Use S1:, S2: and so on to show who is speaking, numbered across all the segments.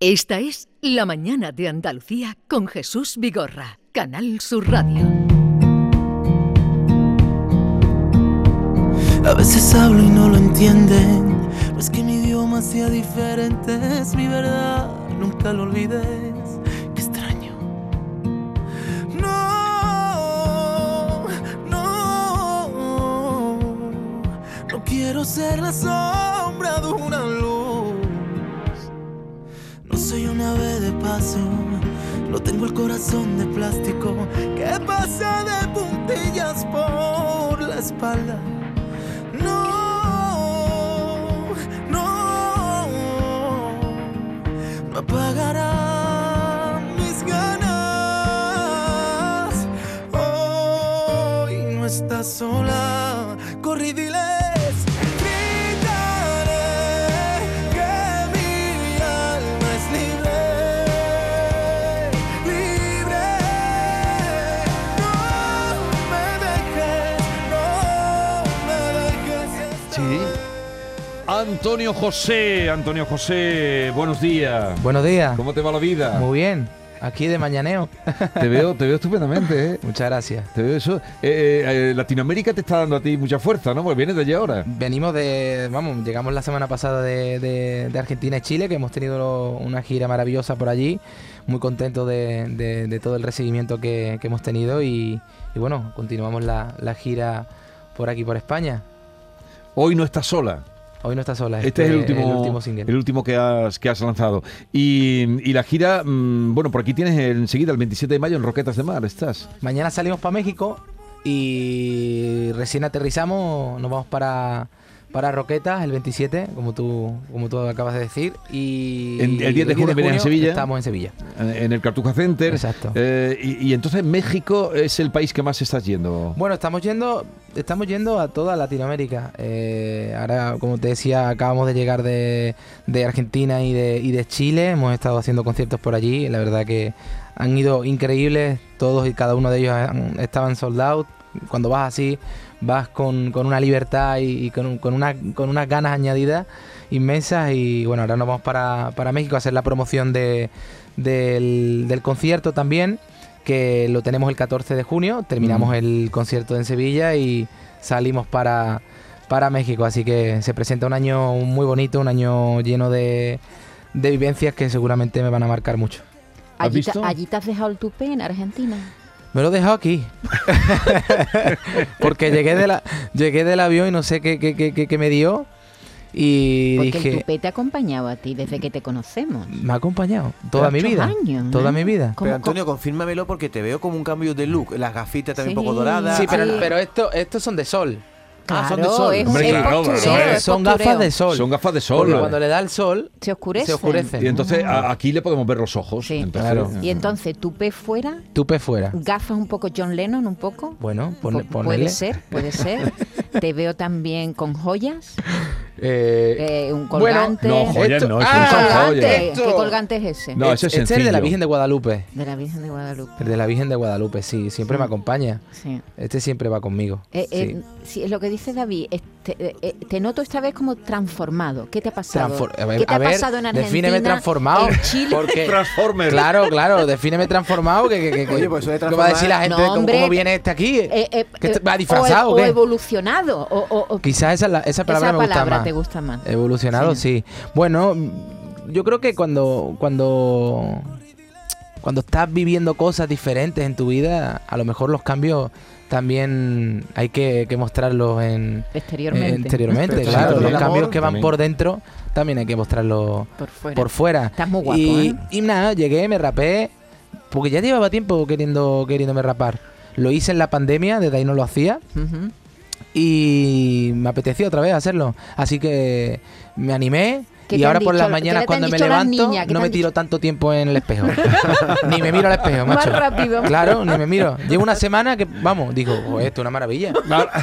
S1: Esta es La Mañana de Andalucía con Jesús Vigorra, Canal Sur Radio.
S2: A veces hablo y no lo entienden. No es que mi idioma sea diferente, es mi verdad. Nunca lo olvides. Qué extraño. No, no. No quiero ser la sombra de una luz. No soy un ave de paso. No tengo el corazón de plástico que pasa de puntillas por la espalda. No, no, no apagará mis ganas. Hoy no estás sola, corrí diles. grítale que mi alma es libre, libre. No me dejes, no me dejes.
S3: Sí. Antonio José, Antonio José, buenos días.
S4: Buenos días.
S3: ¿Cómo te va la vida?
S4: Muy bien. Aquí de mañaneo.
S3: Te veo, te veo estupendamente, ¿eh?
S4: Muchas gracias.
S3: Te veo eso. Eh, eh, eh, Latinoamérica te está dando a ti mucha fuerza, ¿no? Porque vienes de allí ahora.
S4: Venimos de, vamos, llegamos la semana pasada de, de- de Argentina y Chile, que hemos tenido lo- una gira maravillosa por allí. Muy contento de, de- de todo el recibimiento que, que hemos tenido y, y bueno, continuamos la, la gira por aquí, por España.
S3: Hoy no estás sola.
S4: Hoy no está sola.
S3: Este es el último,
S4: el último single.
S3: el último que has, que has lanzado. Y, y la gira, mm, bueno, por aquí tienes enseguida, el 27 de mayo, en Roquetas de Mar, estás.
S4: Mañana salimos para México y recién aterrizamos, nos vamos para, para Roquetas el 27, como tú, como tú acabas de decir. Y
S3: En- el 10 de junio vienes a Sevilla.
S4: Estamos en Sevilla.
S3: Eh, En el Cartuja Center.
S4: Exacto.
S3: Eh, y, y entonces México es el país que más estás yendo.
S4: Bueno, estamos yendo, estamos yendo a toda Latinoamérica. Eh, ahora, como te decía, acabamos de llegar de, de Argentina y de, y de Chile. Hemos estado haciendo conciertos por allí. La verdad que han ido increíbles. Todos y cada uno de ellos han- estaban sold out. Cuando vas así, vas con, con una libertad y, y con, un- con una, con unas ganas añadidas inmensas. Y bueno, ahora nos vamos para, para México a hacer la promoción de, del, del concierto también que lo tenemos el 14 de junio, terminamos el concierto en Sevilla y salimos para, para México, así que se presenta un año muy bonito, un año lleno de, de vivencias que seguramente me van a marcar mucho.
S3: ¿Has
S5: Allí, te-
S3: visto?
S5: allí te has dejado el tupé en Argentina.
S4: Me lo he dejado aquí. Porque llegué, de la, llegué del avión y no sé qué, qué, qué- qué- qué me dio. Y
S5: Porque el
S4: dije,
S5: tupé te ha acompañado a ti desde que te conocemos.
S4: me ha acompañado toda mi
S5: Ocho
S4: vida.
S5: años,
S4: toda
S5: ¿no?
S4: mi vida.
S5: ¿Cómo-
S6: Pero Antonio, confírmamelo porque te veo como un cambio de look. Las gafitas también un poco
S5: Sí.
S6: doradas.
S4: Sí, pero,
S5: Sí.
S4: pero esto, estos son de sol.
S5: Claro,
S6: Ah, son de sol.
S5: es,
S3: Hombre,
S5: es
S3: claro,
S5: postureo,
S3: claro.
S5: es
S4: son
S5: postureo.
S4: gafas de sol.
S3: Son gafas de sol.
S4: Porque cuando le da el sol,
S5: Se oscurece.
S4: Se oscurece.
S3: Y entonces a- aquí le podemos ver los ojos.
S5: Sí.
S3: Entonces, eh,
S4: Claro.
S5: Y entonces, tupé fuera,
S4: tupe fuera.
S5: gafas un poco John Lennon, un poco.
S4: Bueno, pon-
S5: Pu-
S4: ponele.
S5: puede ser, puede ser. te veo también con joyas,
S4: Eh,
S5: eh, un
S4: Bueno,
S5: colgante.
S3: no, joyas
S4: esto-
S3: no, eso
S4: ah,
S3: no son joyas.
S5: colgante.
S4: esto-
S5: ¿Qué colgante es ese?
S3: No, eso es
S4: este es el de la
S3: sencillo.
S4: Virgen de Guadalupe.
S5: De la Virgen de Guadalupe.
S4: El de la Virgen de Guadalupe, sí, siempre me acompaña.
S5: Sí.
S4: Este siempre va conmigo.
S5: Eh,
S4: sí.
S5: eh, sí, es lo que dice David, es- te, eh, eh, te noto esta vez como transformado. ¿Qué te ha pasado?
S4: Transfor- a ver,
S5: ¿Qué te
S4: a
S5: ha
S4: ver,
S5: pasado en Argentina?
S4: defíneme transformado.
S5: En Chile.
S4: Porque,
S3: Transformer.
S4: claro, claro, defíneme transformado. Que, que, que- que-
S6: Oye, pues eso de
S4: ¿qué va a decir la
S6: transformar-
S4: gente?
S5: No,
S4: ¿Cómo-
S5: hombre.
S4: ¿cómo, viene este aquí?
S5: Eh, eh,
S4: ¿Que
S5: eh,
S4: te- va disfrazado
S5: o,
S4: o qué?
S5: o evolucionado. O, o- o-
S4: Quizás esa, es la- esa palabra
S5: esa
S4: me gusta
S5: palabra
S4: más. Eh,
S5: te gusta más.
S4: Evolucionado, sí. Bueno, mm, yo creo que cuando, cuando, cuando estás viviendo cosas diferentes en tu vida, a lo mejor los cambios también hay que, que mostrarlos en,
S5: exteriormente.
S4: Exteriormente,
S6: Pero
S4: claro.
S6: tanto
S4: Los
S6: del
S4: cambios
S6: amor
S4: que van
S3: también.
S4: por dentro también hay que mostrarlo
S5: Por fuera.
S4: por fuera.
S5: Estás muy guapo,
S4: y,
S5: ¿eh?
S4: y nada, llegué, me rapé, porque ya llevaba tiempo queriendo queriéndome rapar. Lo hice en la pandemia, desde ahí no lo hacía,
S5: Ujú.
S4: y me apetecía otra vez hacerlo. Así que me animé.
S5: ¿Qué
S4: Y
S5: te han
S4: ahora por
S5: dicho-
S4: las
S5: qué
S4: mañanas
S5: te
S4: cuando
S5: han
S4: me
S5: dicho las
S4: levanto
S5: niñas? ¿Qué te
S4: no me
S5: han
S4: tiro tanto tiempo en el espejo. ni me miro al espejo,
S5: Más
S4: macho.
S5: rápido.
S4: Claro, ni me miro. Llevo una semana que, vamos, digo, "Oh, esto es una maravilla.
S3: Claro.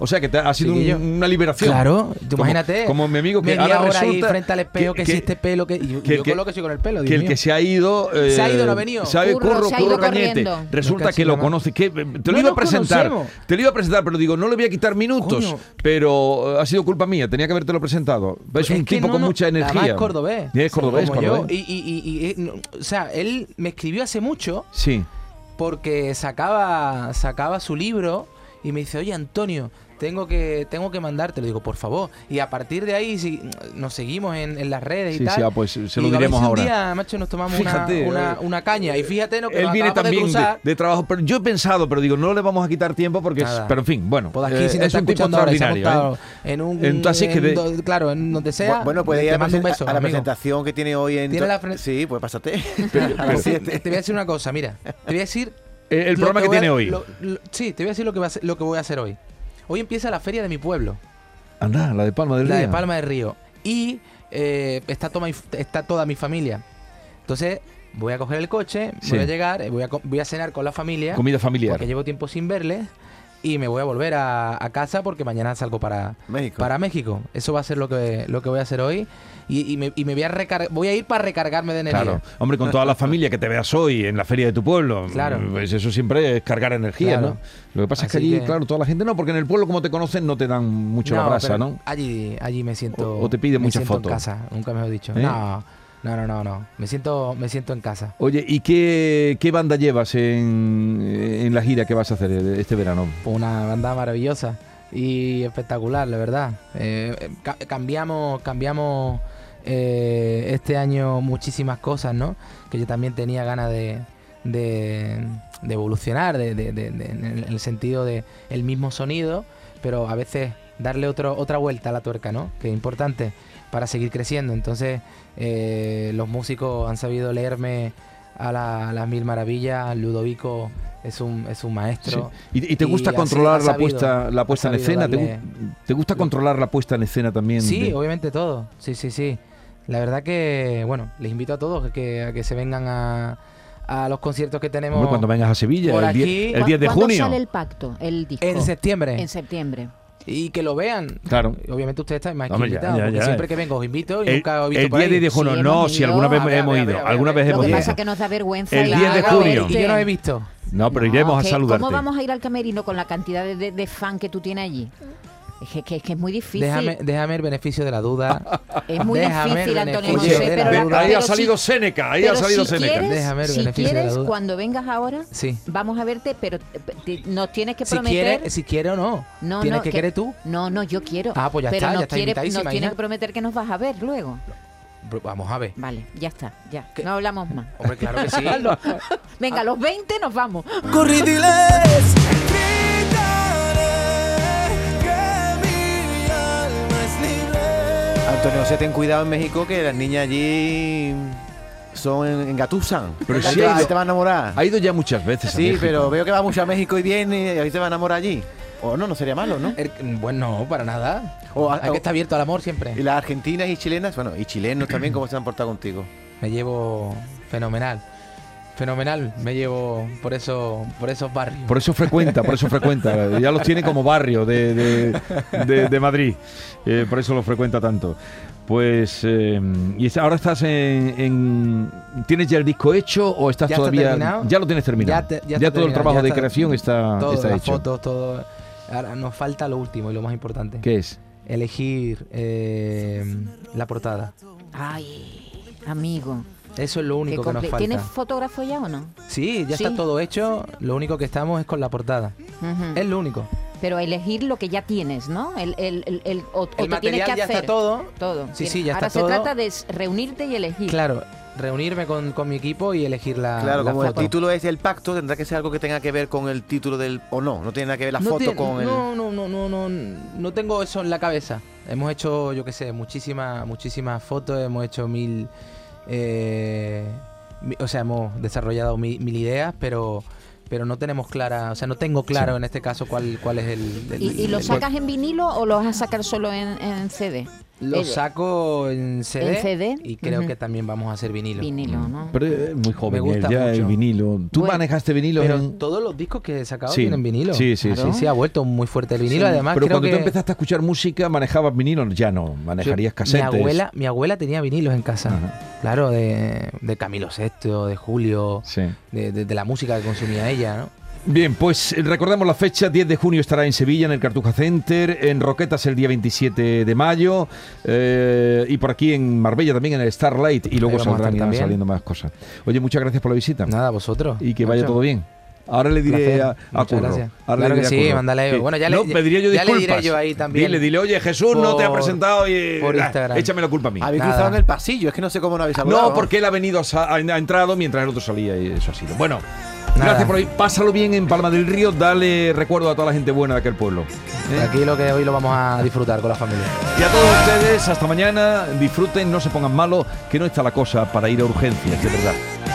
S3: O sea, que te ha sido un-
S4: Chiquillo.
S3: una liberación.
S4: Claro, tú
S3: Como-
S4: imagínate.
S3: Como mi amigo que
S4: media
S3: ahora
S4: hora ahí
S3: resulta
S4: frente al espejo que,
S3: que-
S4: si este pelo que y yo,
S3: que-
S4: yo
S3: que-
S4: con lo que soy con el pelo, Dios
S3: que el
S4: mío.
S3: que se ha ido. eh,
S4: Se ha ido, no ha venido.
S3: sabe,
S5: Curro,
S3: Curro,
S5: se ha ido
S3: Curro Cañete.
S5: corriendo.
S3: Resulta
S4: Nunca
S3: que
S4: se
S3: lo
S4: llama.
S3: conoce. que- te lo
S4: No
S3: iba a
S4: nos
S3: presentar.
S4: conocemos.
S3: Te lo iba a presentar, pero digo, no le voy a quitar minutos.
S4: Coño.
S3: Pero eh, ha sido culpa mía, tenía que habértelo presentado. Es un
S4: Pues que
S3: tipo
S4: no,
S3: con
S4: no.
S3: mucha energía.
S4: Además es cordobés.
S3: Y es cordobés,
S4: Como yo.
S3: cordobés.
S4: Y, y- y- y- eh, no, o sea, él me escribió hace mucho
S3: Sí.
S4: porque sacaba, sacaba su libro y me dice, oye Antonio, tengo que, tengo que mandarte. Le digo, por favor. Y a partir de ahí si, nos seguimos en, en las redes
S3: Sí,
S4: y tal.
S3: sí, ah, pues se
S4: Y
S3: lo
S4: digo, a ver
S3: diremos
S4: si
S3: ahora.
S4: Un día, macho, nos tomamos una-
S3: Fíjate,
S4: una,
S3: eh,
S4: una caña. Y fíjate, no, que
S3: Él
S4: nos
S3: viene
S4: acabamos de
S3: también de,
S4: cruzar.
S3: de trabajo, pero yo he pensado, pero digo, no le vamos a quitar tiempo porque es-
S4: Nada.
S3: pero en fin, bueno, eh,
S4: Podasquín, Pues si te
S3: es
S4: está
S3: un tipo
S4: escuchando ahora y se ha
S3: extraordinario. ¿eh?
S4: montado en un.
S3: En tu- así que
S4: en
S3: de-
S4: do- claclaro, en donde sea.
S6: Bu- bueno, puede
S4: te
S6: ir a, la
S4: mando un
S6: presen-
S4: beso,
S6: a la
S4: amigo.
S6: presentación que tiene hoy en.
S4: Tiene
S6: to-
S4: la fre-
S6: Sí, pues pásate.
S4: Ah,
S6: Pero-
S4: sí, te, te voy a decir una cosa, mira. Te voy a decir.
S3: El, ¿eh? el
S4: lo
S3: programa que,
S4: voy a-
S3: tiene hoy.
S4: lo- lo- sí, te voy a decir lo que, va a ser- lo que voy a hacer hoy. Hoy empieza la feria de mi pueblo,
S3: Anda, la de Palma del
S4: la
S3: Río.
S4: de Palma del Río. Y eh, está, toma- está toda mi familia. Entonces, voy a coger el coche,
S3: Sí.
S4: voy a llegar, eh, voy a, co- voy a cenar con la familia.
S3: Comida familiar.
S4: Porque llevo tiempo sin verles. Y me voy a volver a- a casa porque mañana salgo para,
S6: México.
S4: Para México. Eso va a ser lo que, lo que voy a hacer hoy. Y, y me, y me voy a recargar. Voy a ir para recargarme de energía.
S3: Claro, hombre, con toda la familia que te veas hoy en la feria de tu pueblo,
S4: Claro.
S3: pues eso siempre es cargar energía,
S4: Claro.
S3: ¿no? Lo que pasa es que
S4: Así
S3: allí,
S4: que-
S3: claro, toda la gente no, porque en el pueblo como te conocen no te dan mucho la brasa,
S4: pero
S3: ¿no?
S4: Allí, allí me siento.
S3: O- o te pide
S4: me
S3: mucha
S4: siento
S3: foto.
S4: En casa, nunca mejor dicho.
S3: ¿Eh?
S4: No, no, no, no, no. Me siento, me siento en casa.
S3: Oye, ¿y qué, qué banda llevas en, en la gira que vas a hacer este verano?
S4: Una banda maravillosa y espectacular, la verdad. Eh, eh, ca- cambiamos, cambiamos eh, este año muchísimas cosas, ¿no? Que yo también tenía ganas de, de, de evolucionar, de, de- de- de- en el- en el sentido de el mismo sonido, pero a veces darle otro, otra vuelta a la tuerca, ¿no? Que es importante para seguir creciendo. Entonces, eh, los músicos han sabido leerme a la- a las mil maravillas. Ludovico es un, es un maestro.
S3: Sí. ¿Y, y te
S4: Y
S3: gusta
S4: ha
S3: controlar
S4: sabido-
S3: la puesta, la
S4: ha
S3: puesta en
S4: sabido
S3: escena? ¿Te,
S4: darle-
S3: gu- te gusta controlar la puesta en escena también?
S4: Sí,
S3: de-
S4: obviamente todo. Sí, sí, sí. La verdad que, bueno, les invito a todos que, a que se vengan a, a los conciertos que tenemos
S3: Hombre, cuando vengas a Sevilla,
S4: por
S3: el, die-
S4: aquí-
S3: el 10 de
S5: ¿Cuándo
S3: junio.
S5: sale el pacto, el disco?
S4: en septiembre.
S5: En septiembre.
S4: y que lo vean.
S3: Claro.
S4: Obviamente ustedes están más que
S3: Hombre, ya,
S4: invitados,
S3: ya,
S4: porque
S3: ya.
S4: siempre que vengo os invito y
S3: El,
S4: nunca os he visto
S3: el
S4: por
S3: 10 de
S4: ahí.
S3: junio,
S5: Sí,
S3: no,
S5: hemos
S3: si
S5: ido.
S3: alguna vez
S4: A ver, a
S3: hemos
S4: ver, a
S3: ido,
S4: ver, a
S3: alguna
S4: ver.
S3: vez
S4: Lo
S5: Lo
S3: hemos
S5: que
S3: ido.
S5: pasa es que nos da vergüenza.
S3: El
S5: ir a
S3: 10 de
S5: verte.
S3: junio.
S4: Y yo no os he visto.
S3: No, pero
S5: No,
S3: iremos a
S5: que
S3: saludarte.
S5: Ah, ¿Cómo vamos a ir al camerino con la cantidad de, de- de fan que tú tienes allí? Es que, que- que es muy difícil.
S4: Déjame, déjame el beneficio de la duda.
S5: es muy
S4: déjame
S5: difícil,
S4: el
S5: Antonio
S4: beneficio
S5: José.
S4: de la
S5: Pero, la-
S4: duda.
S3: ahí
S5: pero
S3: ha
S5: si-
S3: salido Seneca, ahí ha
S5: pero
S3: salido
S5: si
S3: Seneca.
S5: quieres,
S4: Déjame el
S5: si
S4: beneficio de la
S5: quieres,
S4: duda.
S5: cuando vengas ahora,
S4: Sí.
S5: vamos a verte, pero te- te- nos tienes que
S4: Si
S5: prometer...
S4: quiere, si quiere o no.
S5: No,
S4: Tienes
S5: no,
S4: que
S5: que-
S4: querer tú.
S5: No, no, yo quiero.
S4: Ah, pues ya
S5: pero
S4: está, ya
S5: nos
S4: está
S5: quiere-
S4: invitadísima,
S5: nos tiene
S4: hija.
S5: que prometer que nos vas a ver luego.
S4: Pero Vamos a ver.
S5: Vale, ya está, ya.
S4: ¿Qué?
S5: No hablamos más.
S4: Hombre, claro que sí.
S5: Venga, a los 20 nos vamos.
S2: Corrí diles, gritaré que mi alma es libre.
S6: Antonio, José, ten cuidado en México que las niñas allí son en, engatusan.
S3: Pero
S6: Ahí
S3: sí
S6: te
S3: ha
S6: va-
S3: ido-
S6: ahí te va a enamorar.
S3: Ha ido ya muchas veces. a
S6: sí,
S3: México.
S6: pero veo que va mucho a México y viene y ahí te va a enamorar allí. O no, no sería malo, ¿no?
S4: El- bueno, no, para nada.
S6: O-
S4: Hay
S6: o-
S4: que estar abierto al amor siempre.
S6: Y las argentinas y chilenas, bueno, y chilenos también, ¿cómo se han portado contigo?
S4: Me llevo fenomenal. Fenomenal, me llevo por eso por esos barrios.
S3: Por eso frecuenta, por eso frecuenta. Ya los tiene como barrio de, de- de- de Madrid. Eh, por eso los frecuenta tanto. Pues, eh, y está- ahora estás en, en- ¿Tienes ya el disco hecho o estás
S4: Ya está
S3: todavía...?
S4: terminado.
S3: ya lo tienes terminado.
S4: te- está
S3: todo el
S4: terminado,
S3: trabajo
S4: ya
S3: de
S4: está-
S3: creación está,
S4: todo,
S3: ah, está
S4: las
S3: hecho.
S4: fotos, todo. Ahora nos falta lo último y lo más importante.
S3: ¿Qué es?
S4: Elegir eh, la portada.
S5: Ay, amigo.
S4: Eso es lo único
S5: qué
S4: que nos
S5: compli-
S4: falta.
S5: ¿Tienes fotógrafo ya o no?
S4: Sí, ya
S5: Sí.
S4: está todo hecho. Lo único que estamos es con la portada.
S5: Ujú.
S4: Es lo único.
S5: Pero elegir lo que ya tienes, ¿no? El, el, el, el- o, o
S4: El
S5: te tienes
S4: material
S5: que
S4: ya
S5: hacer.
S4: está todo.
S5: Todo.
S4: Sí,
S5: Tienes-
S4: sí, ya está
S5: Ahora se
S4: todo.
S5: trata de s- reunirte y elegir.
S4: Claro, reunirme con, con mi equipo y elegir la,
S6: Claro,
S4: Ah, la
S6: como el
S4: foto.
S6: título es el pacto, tendrá que ser algo que tenga que ver con el título del... o no, no tiene nada que ver la foto
S4: tiene-
S6: con el...
S4: no, no, no, no, no, no tengo eso en la cabeza. Hemos hecho, yo qué sé, muchísimas, muchísimas fotos, hemos hecho mil, eh, mi- o sea, hemos desarrollado mi- mil, ideas, pero, pero no tenemos clara, o sea, no tengo claro en este caso cuál, cuál es el. el-
S5: ¿Y, y lo
S4: el-
S5: sacas en vinilo o lo vas a sacar solo en, en CD?
S4: Lo
S5: Eh,
S4: saco en CD,
S5: en CD,
S4: y creo
S5: ujú.
S4: que también vamos a hacer vinilo.
S5: vinilo, ¿no?
S3: Pero es muy joven
S4: Me gusta
S3: él, ya
S4: mucho.
S3: el vinilo. ¿Tú
S5: Bueno,
S3: manejaste vinilo
S4: Pero
S3: en-
S4: todos los discos que he sacado
S3: Sí,
S4: tienen vinilo.
S3: sí, sí,
S4: Claro.
S5: sí.
S4: ha vuelto muy fuerte el vinilo.
S5: Sí.
S4: Además,
S3: Pero
S4: creo
S3: cuando tú
S4: que
S3: empezaste a escuchar música, manejabas vinilo. Ya no,
S4: yo-
S3: manejarías
S4: mi
S3: casetes.
S4: abuela, mi abuela tenía vinilos en casa.
S3: Ajá,
S4: Claro, de, de Camilo VI, de Julio,
S3: sí.
S4: de, de- de la música que consumía ella, ¿no?
S3: Bien, pues eh, recordamos la fecha, 10 de junio estará en Sevilla, en el Cartuja Center, en Roquetas el día 27 de mayo eh, y por aquí en Marbella también en el Starlight y luego
S4: Ahí vamos a
S3: saldrán
S4: estar
S3: y van
S4: también.
S3: saliendo más cosas. Oye, muchas gracias por la visita
S4: Nada, vosotros.
S3: y que vaya
S4: Nacho.
S3: todo bien. Ahora le diré
S4: Placer.
S3: a, a
S4: Muchas
S3: Curro.
S4: gracias.
S3: Ahora le
S4: Claro que
S3: diré a
S4: sí,
S3: Curro.
S4: mándale- bueno, ya le-
S3: no, pediría yo
S4: ya le diré
S3: disculpas.
S4: yo ahí también.
S3: Dile, dile, oye, Jesús, no te ha
S4: Por-
S3: presentado y
S4: por
S3: ah,
S4: Instagram.
S3: échame la culpa a mí.
S6: Habéis
S4: Nada.
S6: cruzado en el pasillo, es que no sé cómo no habéis hablado.
S3: No, porque él ha venido, sa- ha, ha entrado mientras el otro salía y eso ha sido. Bueno, gracias por hoy. Pásalo bien en Palma del Río. Dale recuerdo a toda la gente buena de aquel pueblo.
S4: Aquí lo que hoy lo vamos a disfrutar con la familia.
S3: Y a todos ustedes, hasta mañana. Disfruten, no se pongan malos, que no está la cosa para ir a urgencias, de verdad.